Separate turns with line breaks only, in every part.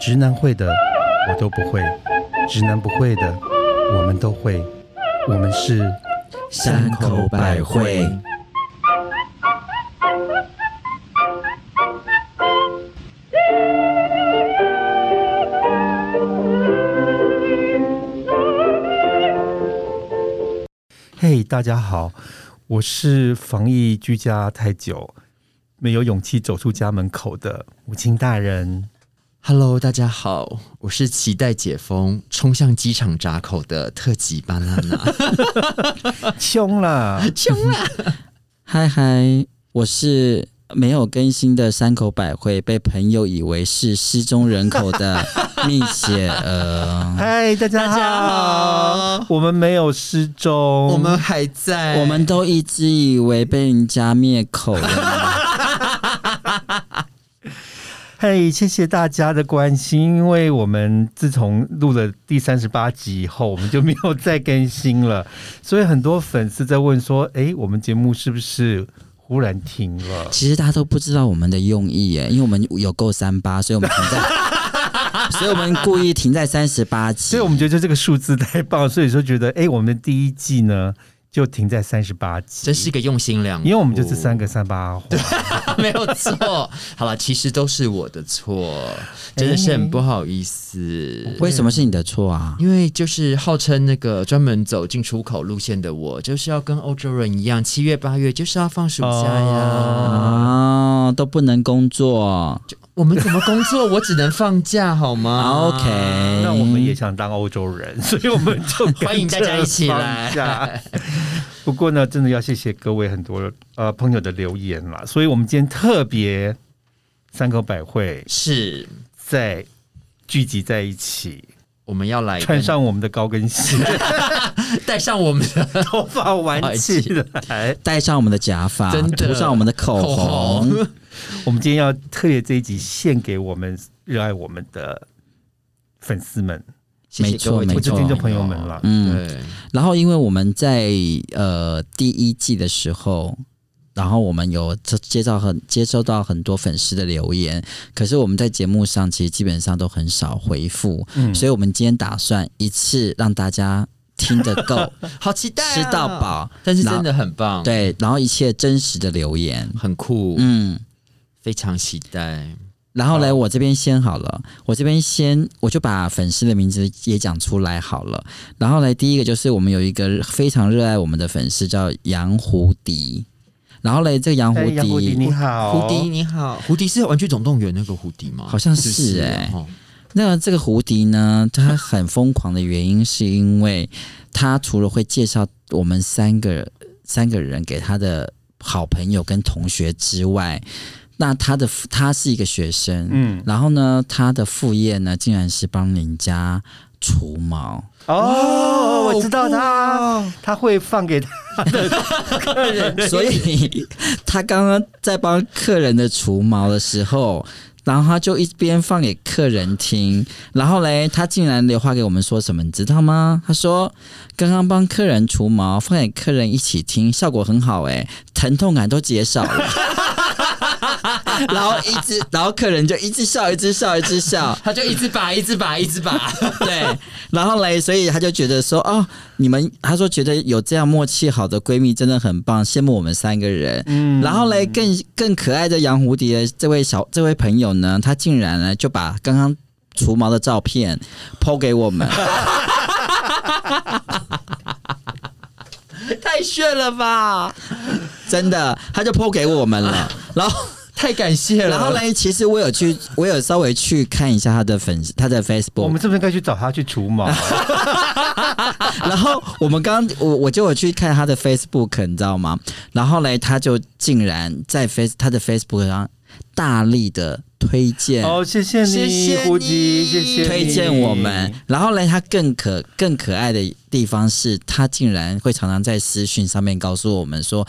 直男会的我都不会，直男不会的我们都会，我们是
山口百惠。
嘿大家好，我是防疫居家太久，没有勇气走出家门口的母亲大人。
Hello，大家好，我是期待解封、冲向机场闸口的特级巴娜娜。
凶啦！啊
嗨嗨，我是没有更新的山口百惠，被朋友以为是失踪人口的蜜 雪儿。
嗨，大家好，我们没有失踪，
我们还在，
我们都一直以为被人家灭口了，
嘿谢谢大家的关心，因为我们自从录了第三十八集以后，我们就没有再更新了， 所以很多粉丝在问说，哎、我们节目是不是忽然停了？
其实大家都不知道我们的用意耶，因为我们有够三八，所以我们停在， 所以我们故意停在三十八集。
所以我们觉得这个数字太棒，所以说觉得，哎、我们的第一季呢就停在三十八集，
真是个哦用心良苦，
因为我们就是三个三八花，
没有错。好了，其实都是我的 错，真的是很不好意思。
为什么是你的错啊？
因为就是号称那个专门走进出口路线的我，就是要跟欧洲人一样，七月八月就是要放暑假呀。
哦嗯
啊，都不能工作。
我们怎么工作？我只能放假 好吗
OK，
那我们也想当欧洲人， 所以我们就
嗯欢迎大家一起来
跟着放假。不过呢，真的要谢谢各位很多呃朋友的留言啦，所以我们今天特别三口百会
是，
在聚集在一起，
我们要来
穿上我们的高跟鞋，
带上我们的
头发挽起来。
戴上我们的假发，
真的
涂上我们的口
口
哦 红。
红，
我们今天要特别这一集献给我们热爱我们的粉丝们，
谢谢
没错
各位
没
或者
错
听众朋友们啦。
嗯，
对，
然后，因为我们在呃第一季的时候，然后我们有接接到很接收到很多粉丝的留言，可是我们在节目上其实基本上都很少回复，
嗯
所以我们今天打算一次让大家听得够，
好期待、啊
吃到，饱，
但是真的很棒，，
对，然后一切真实的留言，
很酷，
嗯。
非常期待。
然后来我这边先好了，我这边先我就把粉丝的名字也讲出来好了。然后来第一个就是我们有一个非常热爱我们的粉丝叫杨胡迪，然后嘞这个杨胡
哎，
迪,、
杨胡迪你好，
胡迪你好，胡迪是《玩具总动员》那个胡迪吗？
好像
是不是
是欸
哦
那这个胡迪呢，他很疯狂的原因是因为他除了会介绍我们三个三个人给他的好朋友跟同学之外，那他的他是一个学生，
嗯，
然后呢，他的副业呢，竟然是帮人家除毛。
哦，
哇
我知道他，他会放给他的客人，
所以他刚刚在帮客人的除毛的时候，然后他就一边放给客人听，然后嘞，他竟然留话给我们说什么，你知道吗？他说刚刚帮客人除毛，放给客人一起听，效果很好、诶，疼痛感都减少了。然后一直，然后客人就一直笑，一直笑，一直笑。
他就一直拔，一直拔，一 直拔，
对，然后嘞，所以他就觉得说，哦，你们，他说觉得有这样默契好的闺蜜真的很棒，羡慕我们三个人。
嗯
然后嘞，更更可爱的杨蝴蝶这位小这位朋友呢，他竟然呢就把刚刚除毛的照片抛给 我们，
太炫了吧！
真的，他就抛给我们了。然后，
太感谢了。
然后嘞，其实我有去，我有稍微去看一下他的粉丝，他的
我
Facebook，
们是不是该去找他去除 毛？
然后我们刚我我就有去看他的 Facebook，你知道吗？然后嘞，他就竟然在 Face 他的 Facebook 上大力的推荐。
哦，谢谢
谢
你，
谢
胡迪，
你
谢谢你
推荐我们，然后嘞，他更可更可爱的地方是，他竟然会常常在私讯上面告诉我们说，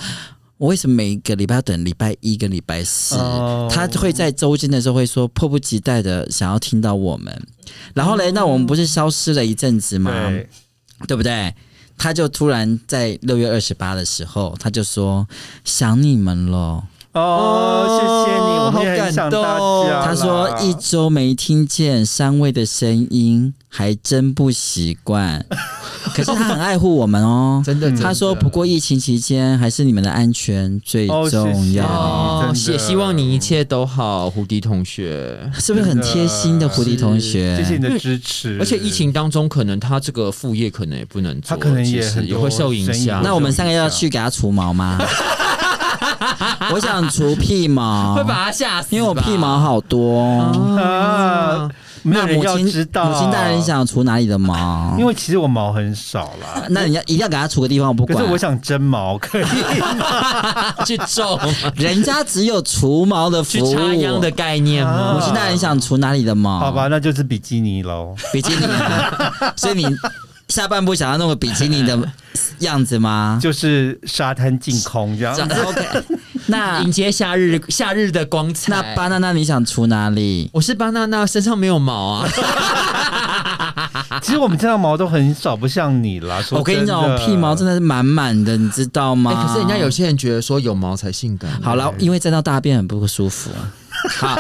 我为什么每个礼拜要等礼拜一跟礼拜四？
哦
他会在周间的时候会说迫不及待的想要听到我们，然后嘞，那我们不是消失了一阵子吗？
哦对，
对不对？他就突然在六月二十八的时候，他就说想你们了。
哦，谢谢你，我们
好
也很分享大家啦。
他说一周没听见三位的声音，还真不习 惯。可是他很爱护我们哦。
真的，
嗯
真的
他说，不过疫情期间还是你们的安全最
哦谢谢
重要。
哦，
真
也
的
希望你一切都好，胡迪同学。
是不是很贴心的蝴蝶同学？
谢谢你的支持，
而且疫情当中，可能他这个副业可能也不能
他
做，
可能也
其实
很
也
多
会受影
生意
响。
那我们三个要去给他除毛 吗？我想除屁毛，
会把他吓死吧，哦
因为我屁毛好多。
啊，没有
嗯那
人
母
要
亲
知道，啊
母亲大人，想哦除哪里的毛？
因为其实我毛很少啦，
那你要一定要给他除个地方，我不
可
管。
是我想真毛可以吗
去皱、
人家只有除毛的服
去
务。
插秧的概念
啊
吗？
母亲大人想除哪里的毛？
好吧，那就是比基尼喽。
比基尼啊，所以你下半部想要弄个比基尼的样子吗？
就是沙滩净空这样
这。样 OK，那
迎接夏日夏日的光彩。
那巴娜娜你想除哪里？
我是巴娜娜，身上没有毛啊。
其实我们这样毛都很少，不像你啦。说
我跟你讲，
真
我
的
屁毛真的是满满的，你知道吗？
哎可是人家有些人觉得说有毛才性感。啊
好了，因为沾到大便很不舒服。啊好，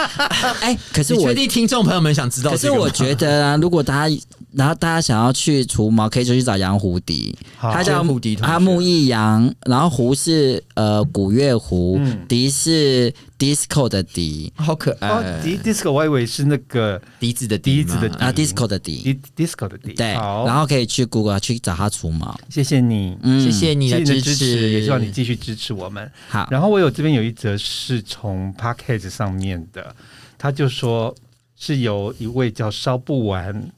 哎、可是
你
我
确，定听众朋友们想知道
可
这
是
个吗？
我觉得啊， 如果大家，然后大家想要去除毛，可以就去找杨胡迪，
好
他叫
杨胡迪同学
他木易杨，然后胡是呃古月胡，
嗯
迪是 disco 的迪
好可
哦
爱，
呃
迪 disco，我以为是那个
笛子的
笛子
嘛
的
啊
笛
disco 的
嗯
迪，
迪 disco 的迪。
对，
好，
然后可以去 Google 去找他除毛。
谢谢你，
嗯
谢谢你
谢谢
的
你的支
持，
也希望你继续支持我们。
好，，
然后我有这边有一则是从 p a c k a g e 上面的，他就说是由一位叫烧不完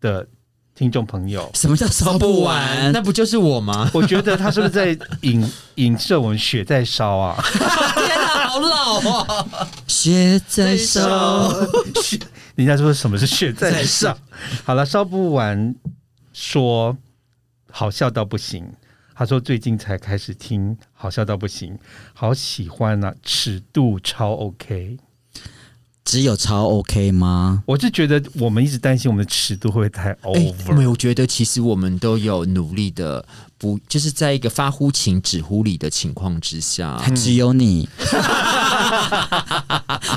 的听众朋友
什么叫烧不 完？
那不就是我吗？
我觉得他是不是在影 影射我们血在烧啊？
天哪，好老哦！
血在烧，
血 人家说什么是血在上？好了，烧不完说好笑到不行。他说最近才开始听，好笑到不行，好喜欢啊，尺度超 OK。
只有超 OK 吗？
我是觉得我们一直担心我们的尺度会不会太
哎、
over，、
没有，我觉得其实我们都有努力的，不就是在一个发乎情止乎礼的情况之下，
只有你，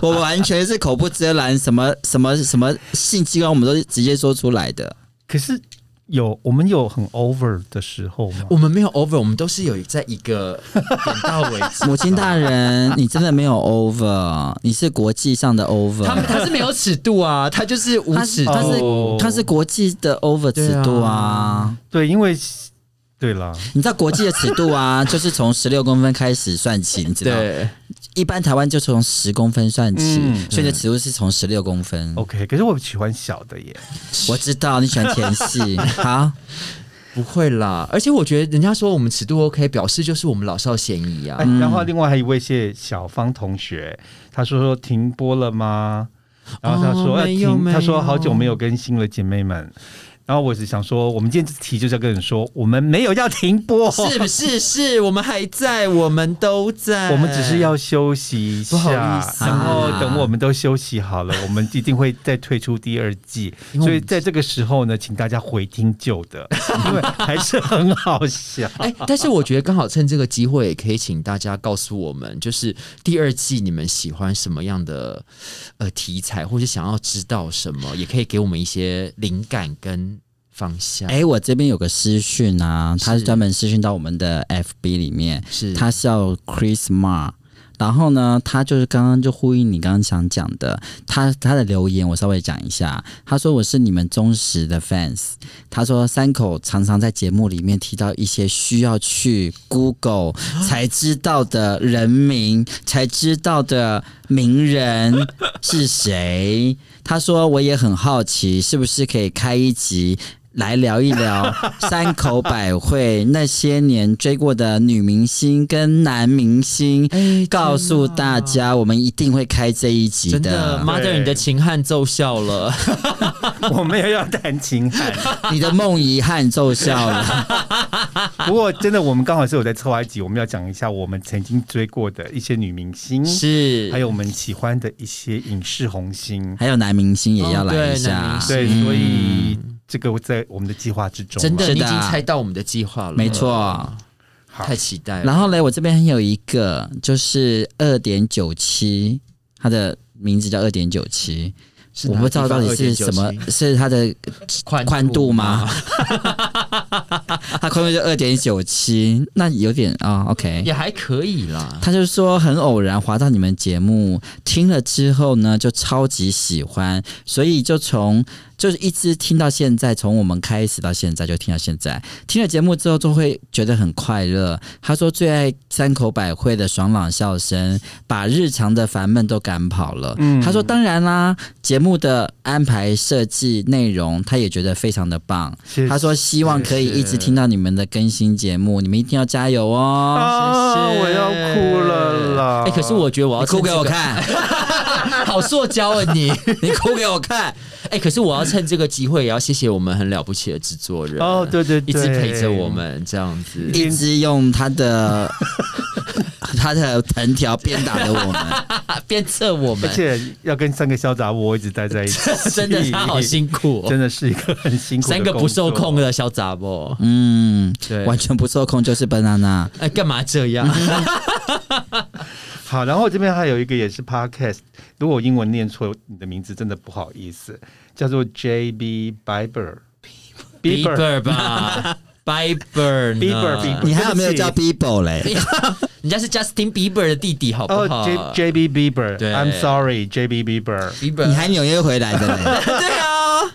我完全是口不遮拦，什么什么什么性器官，我们都是直接说出来的。
可是有我们有很 over 的时候吗？
我们没有 over，我们都是有在一个点到为止。
母亲大人，你真的没有 over，你是国际上的
他
over，
他是没有尺度啊，他就是无
他
尺
是
度。
嗯他是
哦
他是国际的 over
对
尺
啊
度啊，
对，因为对了，
你知道国际的尺度 啊，就是从十六公分开始算起，你知道？
对，
一般台湾就从十公分算起，
嗯
所以你的尺度是从十六公分。
哦
OK，可是我喜欢小的耶。
我知道你喜欢甜 戏，好，
不会啦。而且我觉得人家说我们尺度 OK，表示就是我们老少咸宜啊
哎。，然后另外还有一位谢小芳同学，他说说停播了吗？然后他说、
哦
哎
没有
停，
没
他说好久
有
没有更新了，姐妹们。然后我只想说，我们今天这题就是要跟你说，我们没有要停播，
是不是？是我们还在，我们都在，
我们只是要休息一
不好
下，
意思
然后
啊
等我们都休息好了，我们一定会再推出第二季。
因为我们
所以在这个时候呢，请大家回听旧的，因为还是很好笑。
哎、但是我觉得刚好趁这个机会，也可以请大家告诉我们，就是第二季你们喜欢什么样的呃题材，或是想要知道什么，也可以给我们一些灵感跟方向。
哎、我这边有个私讯啊，他是
是
专门私讯到我们的 FB 里面，
是
他叫 Chris Mar。然后呢，他就是刚刚就呼应你刚刚想讲的，他他的留言我稍微讲一下。他说我是你们忠实的 fans。他说三口常常在节目里面提到一些需要去 Google 才知道的人名，才知道的名人 是谁。他说我也很好奇，是不是可以开一集来聊一 聊山口百惠那些年追过的女明星跟男明星。
哎
告诉大家，我们一定会开这一集
真的，mother，
对
你的秦汉奏效了，
我没有要谈情感，
你的梦遗憾奏效 了。
不过真的，我们刚好是有在策划一集，我们要讲一下我们曾经追过的一些女明星，
是
还有我们喜欢的一些影视红星。
还有男明星也要来一
哦对男
下嗯
明，星
对，所以这个在我们的计划之中。啊
真的，
是的
你已经猜到我们的计划了，
没错。
好
太期待了。
然后嘞，我这边有一个就是二点九七它的名字叫二点九七，
是
我
哪
不知道
地
到
方
底是
2.97
什么，是它的
宽
宽度吗？
哦
它宽度就二点九七，那有点啊、o k
也还可以啦。
他就说很偶然滑到你们节目，听了之后呢，就超级喜欢，所以就从就是一直听到现在，从我们开始到现在就听到现在。听了节目之后，就会觉得很快乐。他说最爱三口百惠的爽朗笑声，把日常的烦闷都赶跑了。
嗯
他说当然啦，节目的安排设计内容，他也觉得非常的棒。
谢谢
他说希望可以一直听到你们的更新节目，你们一定要加油哦。
啊，
谢谢
我要哭了啦！
哎、可是我觉得我要
你哭
趁
给
这
我
个，
看，
好塑胶啊你！
你哭给我看。
哎、可是我要趁这个机会，也要谢谢我们很了不起的制作人
哦，对对对，
一直陪着我。们这样子。
一直用他的 他的藤条鞭打着我 们，
啊鞭策我
而
们，，
且要跟三个小杂窝一直待在一起
真的他好辛苦、
真
哦，
的是一个很辛苦的
三
工作。
个不受控啊的小杂波，
嗯，
对，
完全不受控，就是 banana。
哎，干嘛这 样？
好，然后这边还有一个也是 podcast，如果我英文念错你的名字，真的不好意思，叫做 J B Bieber。
Bieber 吧 ，Bieber 呢
Bieber，Bieber
你还有没有叫
对
Bibo 嘞？
人家是 Justin Bieber 的弟弟，好不好、
哦，J J B
对
Bieber，I'm sorry，J B Bieber。
Bieber，
你还纽约回来 的嘞？
对啊，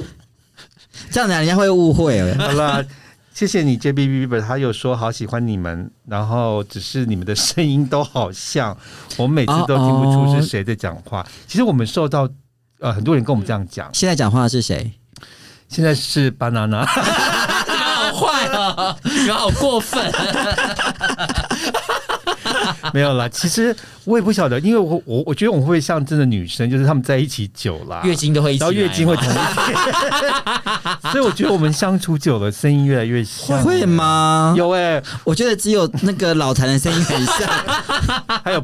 这样子人家会误会哦。
好啦， 谢谢你 J B Bieber，他又说好喜欢你们，然后只是你们的声音都好像，我每次都听不
哦
出是谁在讲话。其实我们受到呃很多人跟我们这样讲，
现在讲话的是谁？
现在是 banana，
你们好坏啊，你们好过分，
没有啦。其实我也不晓得，因为我我我觉得我们会像真的女生，就是她们在一起久啦，
月经都会一起
然后
来嘛，
月经会同一天， 所以我觉得我们相处久了，声音越来越像。
会？吗？
啊有哎、
我觉得只有那个老谭的声音 很像，
还有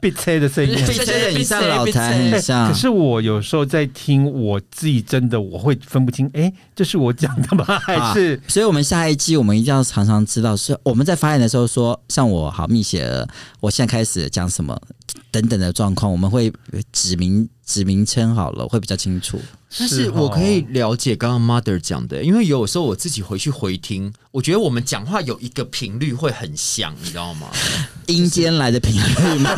b 切的声音很像。
被
对
真的很像
被
老谭，
被
很像
可。是我有时候在听我自己，真的我会分不清，哎、这是我讲的吗？
啊
还是、
所以，我们下一季我们一定要常常知道，是我们在发言的时候说，像我好蜜雪儿，我现在开始讲什么等等的状况，我们会指明指名称好了，会比较清楚。
但是
哦
我可以了解刚刚 mother 讲的，因为有时候我自己回去回听，我觉得我们讲话有一个频率会很像，你知道 吗？
阴间来的频率吗？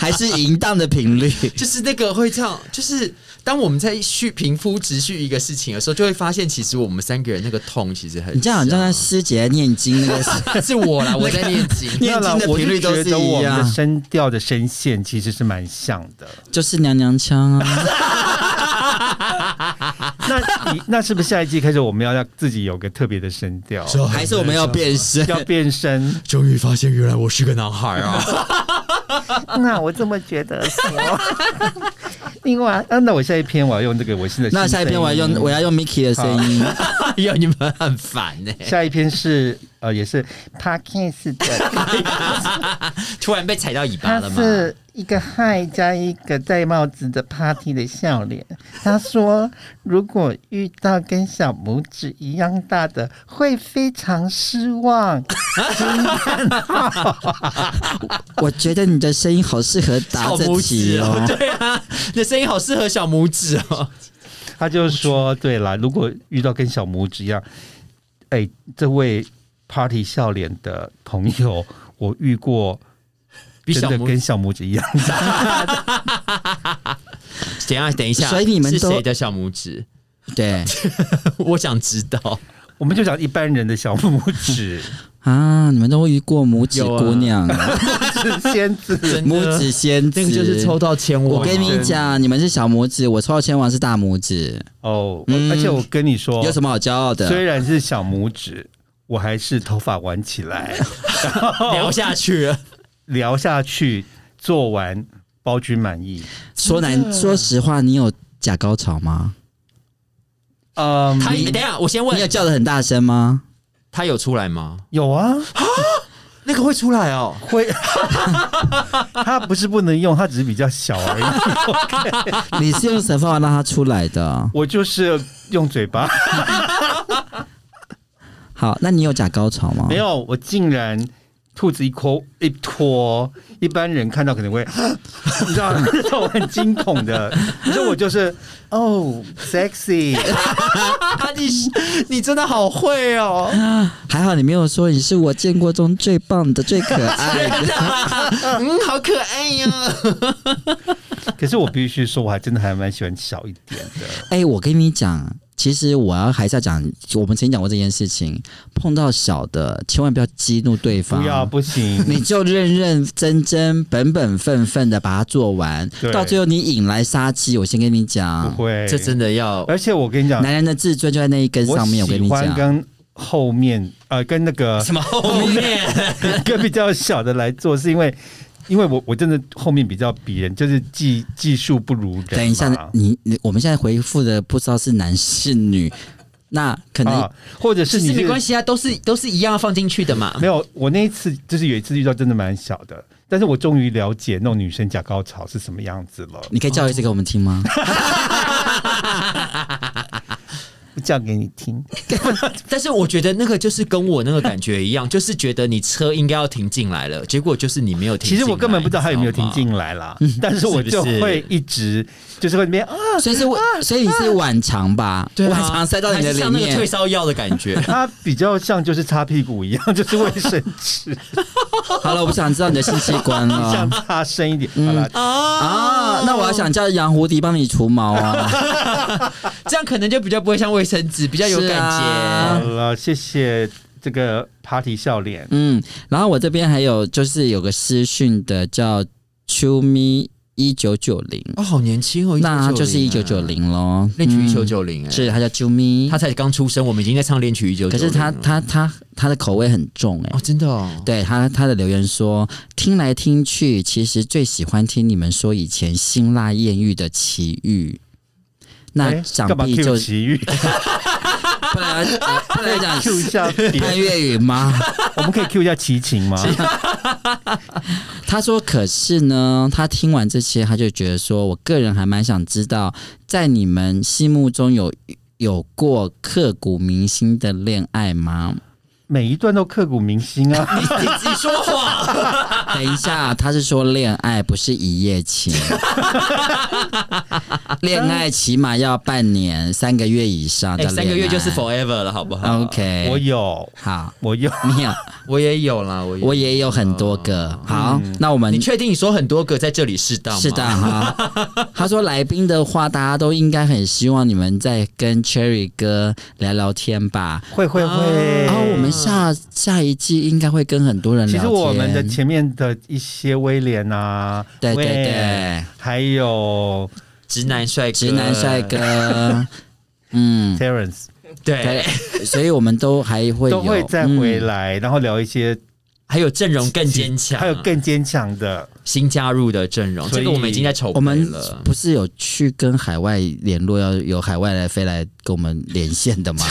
还是淫荡的频率？
就是那个会这样，就是当我们在去平铺直叙一个事情的时候，就会发现其实我们三个人那个痛其实很像。
你这样好像在师姐在念经那个，
啊是 我啦，我在念经。
没有啦
念经的
我就
频率都是
觉得
一
我们的
样
声调的声线其实是蛮像的。
就是娘娘腔啊。
那你那是不是下一季开始我们要要自己有个特别的声调，
还是我哦们要变身？
哦 要变声？
终于发现原来我是个男孩啊！
那我这么觉得说。 另外，啊，那我下一篇我要用这个我新的。
那下一篇我要
嗯
用我要用 Miki 的声音，
哎呦，你们很烦呢、
下一篇是 呃，也是 podcast 的，
突然被踩到尾巴
他
了吗？
是一个嗨加一个戴帽子的 party 的笑脸。他说：“如果遇到跟小拇指一样大的，会非常失望。
我觉得你的声音好适合答
小
这
拇
题
指哦
哦，。
对啊，你的声音好适合小拇指哦。
他就说，对啦，如果遇到跟小拇指一样，哎，这位 party 笑脸的朋友，我遇过
比
真
小
的
拇
跟小拇指一样，
等一下，等一下，
所以你们
是
都
谁的小拇指？
对
我想知道。
我们就讲一般人的小拇 指，
啊，你们都遇过拇指
有啊
姑娘啊、
是仙子。
真的
拇指仙子，
那个就是抽。到千万。
我跟你讲，你们是小拇指，我抽到千王是大拇指，
哦，
嗯
而且我跟你说，
有什么好骄傲
虽
的？
然是小拇指，我还是头发挽起来，
聊下去 了，
聊下去，做完，包君满意。
说难，说实话，你有假高潮吗？
嗯，
他等一下，我先问
你有叫的很大声 吗？
他有出来吗？
有啊，
那个会出来哦，
会， 它不是不能用，它只是比较小而 已。
你是用什么方法让它出来的？
我就是用嘴巴，
好，那你有假高潮吗？
没。有，我竟然兔子一拖一拖，一般人看到可能会， 你知道，这种很惊恐 的。可是我就是哦，sexy，
啊， 你你真的好会哦！
还好你没有说你是我见过中最棒的、最可爱 的。
嗯，好可爱呀、
可是我必须说，我还真的还蛮喜欢小一点的。
哎、我跟你讲，其实我要还是要讲，我们曾经讲过这件事情，碰到小的千万不要激怒对方，
不要不 行，
你就认认真真、本本分分的把它做完
对，
到最后你引来杀机。我先跟你
不
讲，
会。
这真的要
哎而且我跟你讲，
男人的自尊就在那一根上面。我跟
喜
你
欢
讲，
跟后面呃跟那 个
什么 后
啊
面？
跟比较小的来做，是因为因为我我真的后面比较比人，就是技技术不如人嘛。啊
等一下，你你我们现在回复的不知道是男是女，那可能、
啊，或者
其
是
实
你
没
是
关系啊，都是都是一样放进去的嘛。
没有，我那一次就是有一次遇到真的蛮小的，但是我终于了解那种女生假高潮是什么样子了。
你可以叫一次给我们 听吗？
我讲给你听，
但是我觉得那个就是跟我那个感觉一样， 就是觉得你车应该要停进来了，结果就是你没有停
其
进来。
实我根本不知道她有没有听
你知
进来啦， 但是我
是
就
不是
会一直就是会那 边啊。
所以是，所以你是晚肠吧？
道吗，对
晚
啊，
肠塞到你的
还是
里
像那个
面
退。烧药的感觉
它比较像就是擦屁股一样，就是卫生纸
好了，我不想知道你的性器官 了
像。擦深一点。好了，
哦
啊，那我要想叫杨蝴蝶帮你除毛啊！
这样可能就比较不会像卫生纸，比较有感觉。
是啊
好了，谢谢这个 party 笑脸。
嗯，然后我这边还有就是有个私讯的叫秋咪一九九零，
哦，好年轻哦，
那他就是一
1990
九九，零喽。
恋曲一九
嗯
九零，哎，
是他叫秋咪，
他才刚出生，我们已经在唱恋曲一九九
可
零
是
了。
他他他他的口味很重哎、
哦，真的哦，
对他，他的留言说，听来听去，其实最喜欢听你们说以前辛辣艳遇的奇遇。那
哎
想
干嘛
必
Q
就
奇 遇
不然要不然要 讲
？Q 一下别人
潘粤语吗？
我们可以 Q 一下齐秦吗？
他说：“可是呢，他听完这些，他就觉得说，我个人还蛮想知道，在你们心目中有有过刻骨铭心的恋爱 吗？
每一段都刻骨铭心啊！
你自己说谎。
等一下，他是说恋爱不是一夜 情，恋爱起码要半年、三个月以上的
哎，
恋爱，
三个月就是 forever 了，好不好
OK。
我有，
好，
我有，
你有，
啊我也有啦，我
我也有很多个。好，那我们
哦嗯你确定你说很多个在这里适当吗？
是的，哈。 他说来宾的话，大家都应该很希望你们再跟 Cherry 哥聊聊天吧。
会会会。
然后哦我们下下一季应该会跟很多人
其
聊天。
实我们的前面的一些威廉啊，
对对
喂
对，
还有
直男帅哥，
直男帅，哥，嗯，
Terence
对
对，，所以我们都还会
都会
有嗯
再回、来，然后聊一些，
还有阵容更坚强，
啊
还有更坚强的。
新加入的阵容，
所
这
以
个我们已经在筹
嗯我
备
们
了。
不是有去跟海外联络，要有海外来飞来跟我们连线 的吗？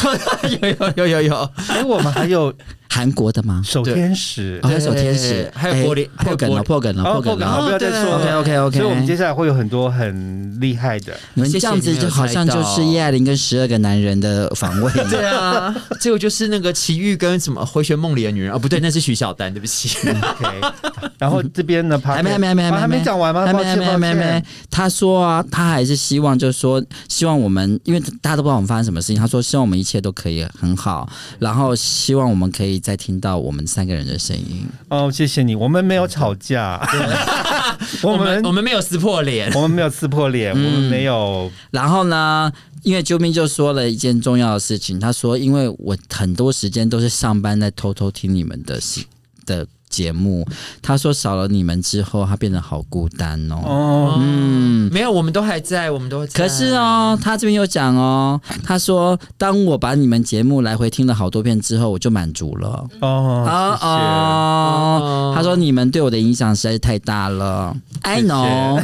有 有有有有，
哎，我们还有
韩国的吗？
守天使
哦，，还有小天使
对，还有
哎
玻璃还
破
有
梗
玻
了，
璃
破梗了，哦
哦
破梗
破梗好
了。
不要再说了
OK OK OK，
所以我们接下来会有很多很厉害的。
你们这样子就好像就是叶爱玲跟十二个男人的访问。
对啊， 这个就是那个奇遇跟什么回旋梦里的女人啊，不对，那是徐小丹，对不起。
OK，然 后这边呢，
还没还没还没
啊还没讲完吗？
还
抱
没
歉
还没
抱
还没还没
歉，。
他说啊，他还是希望，就是说，希望我们，因为大家都不知道我们发生什么事情。他说，希望我们一切都可以很好，然后希望我们可以再听到我们三个人的声音。
哦，谢谢你，我们没有吵架， 我们
我们没有撕破脸，
我们没有撕破脸，我们没有
然后呢，因为救命就说了一件重要的事情，他说，因为我很多时间都是上班在偷偷听你们的戏的节目，他说少了你们之后，他变得好孤单哦
哦，
嗯，没有，我们都还在，我们都在
可是，哦，他这边有讲哦，他说当我把你们节目来回听了好多遍之后，我就满足了。
哦，谢谢
哦，他说你们对我的影响实在是太大了。I
谢谢
know，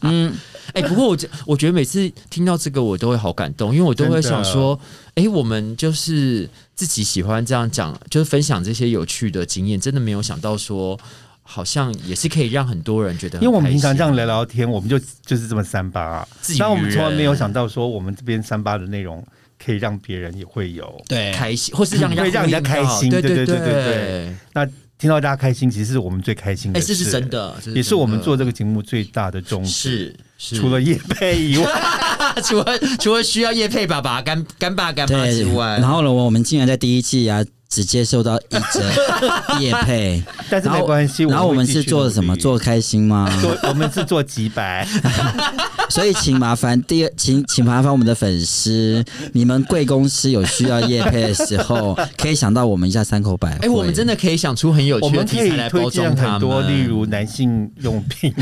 嗯
哎、不过我觉我觉得每次听到这个，我都会好感动，因为我都会
真的
想说，哎、我们就是自己喜欢这样讲，就是分享这些有趣的经验，真的没有想到说，好像也是可以让很多人觉得很开心，
因为我们平常这样聊聊天，我们就就是这么三八、啊
自娱，
但我们从来
人
没有想到说我们这边三八的内容可以让别人也会有。
对，
开心，或是让
会让人家
呼应到
开心
对
对
对
对对对
对。
那听到大家开心，其实是我们最开心的
哎，
事，
这是真，的，这
也是
真
我们
的
做这个节目最大的宗旨。
是是，
除了叶佩以外，
除了除了需要叶配爸爸、干干爸、干妈之
对，
外，
然后呢，我们竟然在第一季啊，只接受到一折叶 配，
但是
然
没
后
关系。
然后我
我会
们
继续
是做什么？
努力
做开心吗？
做我们是做几 百，
所以请麻烦第二， 请请麻烦我们的粉丝，你们贵公司有需要叶配的时候，可以想到我们一下三口百惠。
哎、我们真
的，
的可以想出很有
我
趣的
们可
题
以
材来包
推
装
荐
他
很多，
们。
例如男性用 品，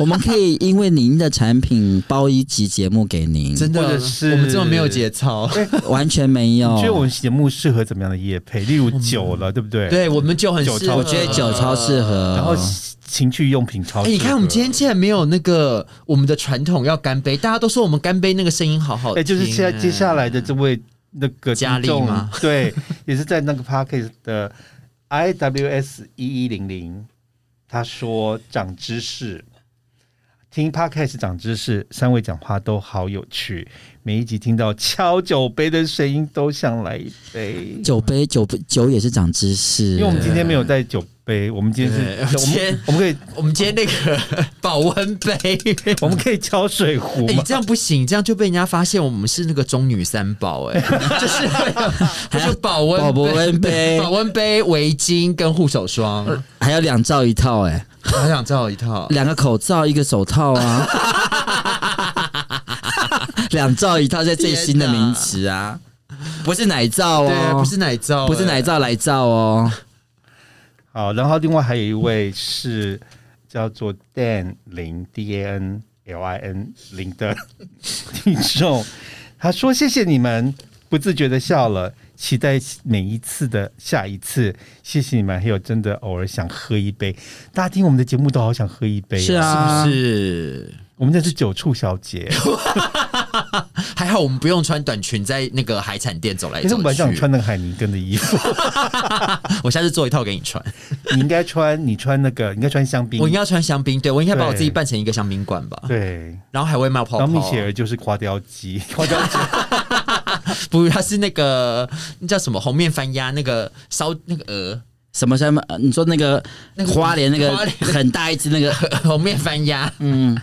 我们可以因为您的产品包一集节目给您，
真的，
或者是
我们这么没有节操。
完全没有。
哦
觉得我们节目适合怎么样的叶配？例如酒了，对不对？。
对，我们就很
酒
适合
超嗯
我觉得酒超适。合，
然后情趣用品超
哎、
适合。
你看我们今天竟然没有那个我们的传统要干杯，大家都说我们干杯那个声音好好
哎、
听、啊
就是现在接下来的这位那个
哦呃佳丽
听众
吗？
对，也是在那个 p a c k e t 的 IWS 一一零零，他说长知识。听 podcast 长知识，三位讲话都好有趣，每一集听到敲酒杯的声音都想来一杯。
酒杯酒杯酒也是长知识，
因为我们今天没有带酒杯，我们今天
对
是，我
今天
们我们可以
我们今天那 个保温杯，哎、
我们可以敲水壶
你
嘛？
这样不行，这样就被人家发现我们是那个中女三宝、 哎，就是会有还有保温
保温杯
保温杯、围巾跟护手霜，
呃
还有两罩一套、哎，
好想知道一套。
两个口罩一个手套 啊，两罩一套是最新的名词啊，不是奶罩
对，啊
哦，
不是奶罩，
不是奶罩来罩哦，
好，然后另外还有一位是叫做 Dan 零 D A N L I N 零的听众，他说谢谢你们，不自觉的笑了，期待每一次的下一次，谢谢你们，还有真的偶尔想喝一杯，大家听我们的节目都好想喝一杯、
是，
是
啊
不，欸是？
我们这是酒醋小姐，
还好我们不用穿短裙在那个海产店走来
可是
走
我
去。
本来想穿那个海尼根的衣服，
我下次做一套给你穿。
你应该穿，你穿那个，你应该穿香槟
我，应该要穿香槟，对我应该把我
对
自己扮成一个香槟罐吧，
对。
然后还会冒泡啊
然后蜜
泡。
雪儿就是花雕鸡，花雕鸡
不，它是那个那叫什么红面番鸭，那个烧那个鹅。
什么什么？呃你说那个
那个
花莲那个
花莲
很大一只那个，
红面番鸭，
嗯，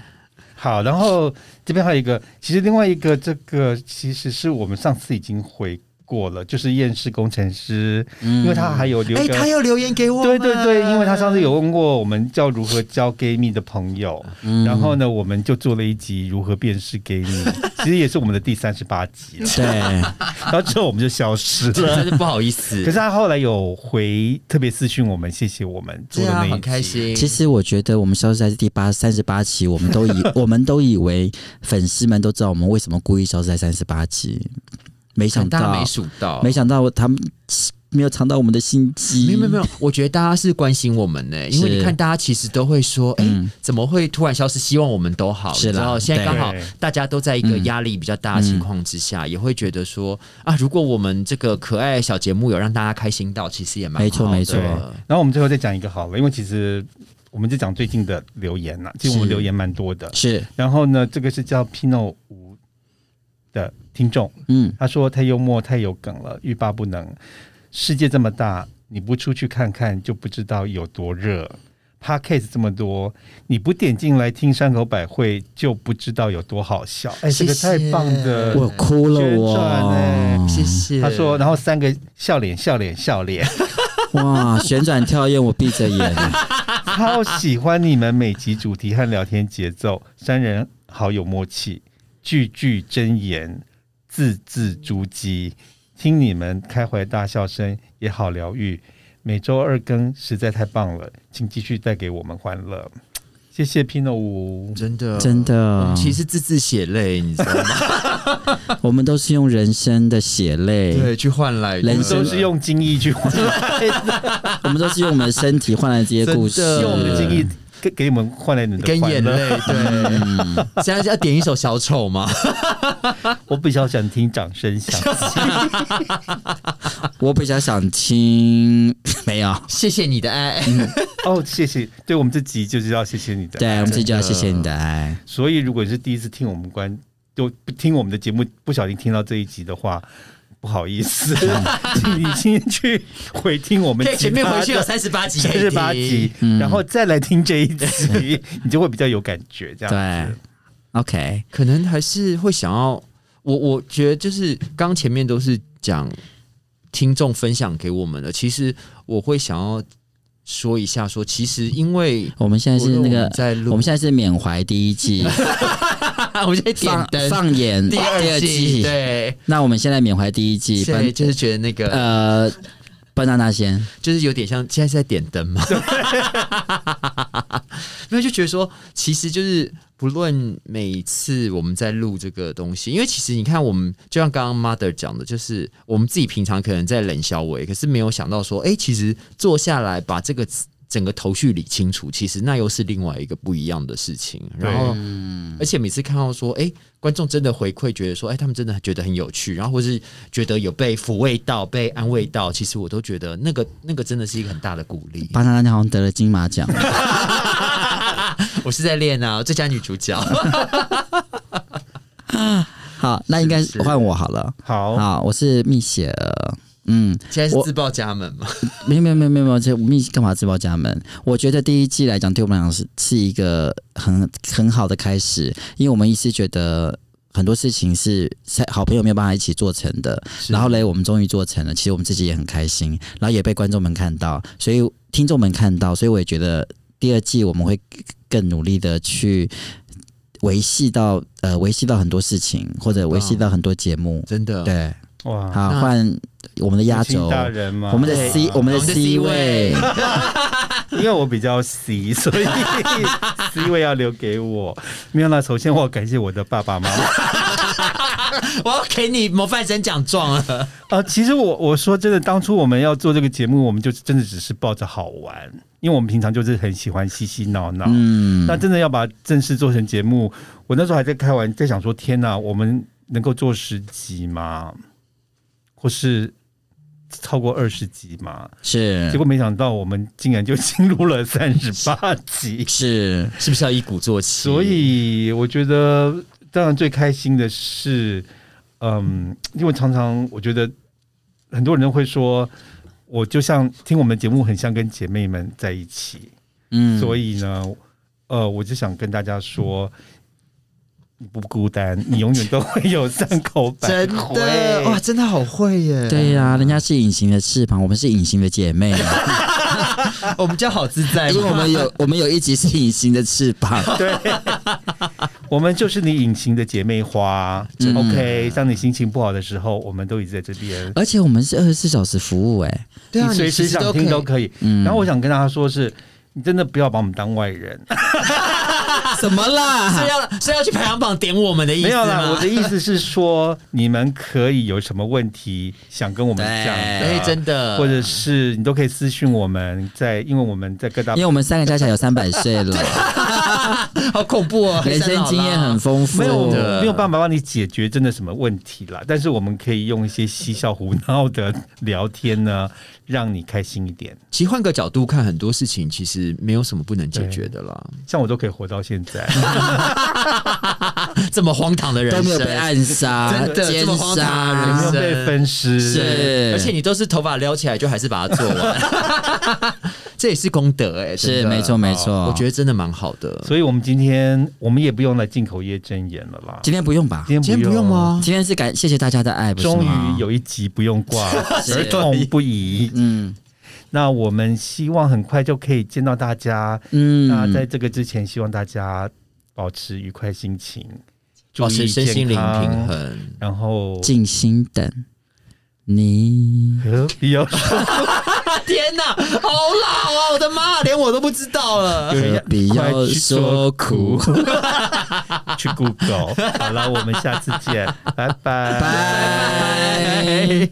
好，然后这边还有一个，其实另外一个这个其实是我们上次已经回过了，就是验视工程师，因为他还有留
哎、
一个。
他有留言给我。
对对对，因为他上次有问过我们叫如何交 gay 蜜的朋友，
嗯
然后呢，我们就做了一集如何辨识 gay 蜜， 其实也是我们的第三十八集了。
对，
然后之后我们就消失 了。
真的不好意
可是
思。
他后来有回特别私讯我们，谢谢我们做
对
的
啊，
那一
很
集。
开心。
其实我觉得我们消失在第八三十八期，我们都以 我们都以为粉丝们都知道我们为什么故意消失在三十八期，没想
大家
到
没数到，
没想到他们没有尝到我们的心机，
没有没有没有，我觉得大家是关心我们呢、因为
是
你看大家其实都会说，哎、
嗯
怎么会突然消失？希望我们都好，
是啦
然后现在
对嗯
刚好
对
大家都在一个压力比较大的情况之下，也会觉得说啊，如果我们这个可爱的小节目有让大家开心到，其实也蛮
没错
好的
没错
对，然后我们最后再讲一个好了，因为其实我们就讲最近的留言啦，其实我们
是
留言蛮多的。
是
然后呢，这个是叫 Pino 吴的听众，
嗯，
他说太幽默、太有梗了，欲罢不能。世界这么大，你不出去看看就不知道有多热。Podcast 这么多，你不点进来听山口百惠就不知道有多好笑。哎，这
谢
个
谢
太棒的！
我哭了
宣
我，
传欸
谢
嗯
谢。
他说，然后三个笑脸、笑脸、笑脸，
哇，旋转跳跃，我闭着眼，
超喜欢你们每集主题和聊天节奏，三人好有默契，句句真言，字字珠玑，听你们开怀大笑声也好疗愈。每周二更实在太棒了，请继续带给我们欢乐。谢谢 Pino 五，
真的
真的
我们其实字字血泪，你知道吗？
我们都是用人生的血泪，
对，去换来的
人
我们都是用精益去换来的，
我们都是用我们的身体换来这些故事，
真的
用我们的精益给给你们换来你们的
跟
欢乐
眼泪。对，
嗯，
现在要点一首小丑吗？
我比较想听掌声响起。
我比较想听，没有，
谢谢你的爱。
嗯
哦，谢谢，对我们这集就是要谢谢你的，
对我们这就要谢谢你的爱，
所以，如果你是第一次听我们关就不听我们的节目，不小心听到这一集的话。不好意 思，请你先去回听我们
可以前面回去有
三
三十八集，
三十八集，，
嗯
然后再来听这一集，你就会比较有感觉。这样
对
子，
，OK，
可能还是会想要我，我觉得就是刚前面都是讲听众分享给我们的，其实我会想要说一下说其实因为
我们现在是那
我
个
们，在录，
我们现在是缅怀第一季，
在我们现在点
放
灯
放眼
第二季，对，
那我们现在缅怀第一季，
现在
本
就是觉得那个
呃，笨娜娜先，
就是有点像现在是在点灯嘛， 没有就觉得说，其实就是不论每次我们在录这个东西，因为其实你看，我们就像刚刚 mother 讲的，就是我们自己平常可能在冷消微，可是没有想到说，哎、其实坐下来把这个整个头绪理清楚，其实那又是另外一个不一样的事情。然后，而且每次看到说，哎、观众真的回馈，觉得说，哎、他们真的觉得很有趣，然后或是觉得有被抚慰到、被安慰到，其实我都觉得那个那个真的是一个很大的鼓励。
笨娜娜你好像得了金马奖，
我是在练啊，最佳女主角。
好，那应该
是
换我好了。
好，
好，我是蜜雪儿。嗯，
现在是自报家门嘛？
没有没有没有没有没有，这蜜干嘛自报家门？我觉得第一季来讲，对我们来讲是是一个很很好的开始，因为我们一直觉得很多事情是在好朋友没有办法一起做成的，然后嘞，我们终于做成了，其实我们自己也很开心，然后也被观众们看到，所以听众们看到，所以我也觉得第二季我们会更努力的去维系到呃维系到很多事情，或者维系到很多节目。
真的，
对，
哇，
好，
那
换我们的压
母亲
轴，
大人嘛，
我们的
对
C 我们的
我们
C
的 C
位
位，
因为我比较 C，所以 C 位要留给我。没有啦，首先我要感谢我的爸爸妈妈。
我要给你模范生奖状了。
呃，其实我我说真的，当初我们要做这个节目，我们就真的只是抱着好玩，因为我们平常就是很喜欢嬉嬉闹闹。
嗯，
那真的要把正式做成节目，我那时候还在开玩，在想说，天哪，我们能够做十集吗？或是超过二十集吗？
是
结果没想到，我们竟然就进入了三十八集。
是
是不是要以鼓作气？
所以我觉得，当然最开心的是，嗯，因为常常我觉得很多人都会说，我就像听我们节目很像跟姐妹们在一起，
嗯，
所以呢，呃，我就想跟大家说。你不孤单，你永远都会有三口 百
真的哇，真的好会耶！
对呀、人家是隐形的翅膀，我们是隐形的姐妹，
我们叫好自在
因为
嘛。
我们有我们有一集是隐形的翅膀，
对，我们就是你隐形的姐妹花。
真的
OK，当你心情不好的时候，我们都一直在这边。
而且我们是二十四小时服务、哎，
对啊，
你随时
其实
想听都可以。
嗯
然后我想跟大家说是，你真的不要把我们当外人，
啊
什么
是
啦？
要是要去排行榜点我们的意思
没有啦。
吗
我的意思是说，你们可以有什么问题想跟我们讲
对
哎，
的，
真的，
或者是你都可以私讯我们在，因为我们在各大
因为我们三个加起来有三百岁了，
好恐怖哦，
人生经验很丰富，
没有没有办
法。
法帮你解决真的什么问题啦，但是我们可以用一些嬉笑胡闹的聊天呢，让你开心一点。
其实换个角度看，很多事情其实没有什么不能解决的啦。
像我都可以活到现在，
这么荒唐的人
都
生，
没有被暗杀、
真的
奸
这么荒唐的
有
人
没
杀
有，被分尸？
是
而且你都是头发撩起来，就还是把它做完， 这也是功德哎、真
是
的哦
没错没错。
我觉得真的蛮好的。
所以我们今天我们也不用来进口业真言了啦。
今天不用吧？
今
今天不用？吗？
今天是感谢谢大家的爱，不是
终
吗
于有一集不用挂，
是
儿童不宜。
嗯
那我们希望很快就可以见到大家。那在
嗯，
这个之前，希望大家保持愉快心情，注意
保持哦身心灵平
健康，
衡，
然后
静心等你。
何必要说
天哪，好老啊！我的妈，连我都不知道了。
有人
何
要
必
快
要
去
说 苦？
去 Google？好了，我们下次见，拜拜
拜。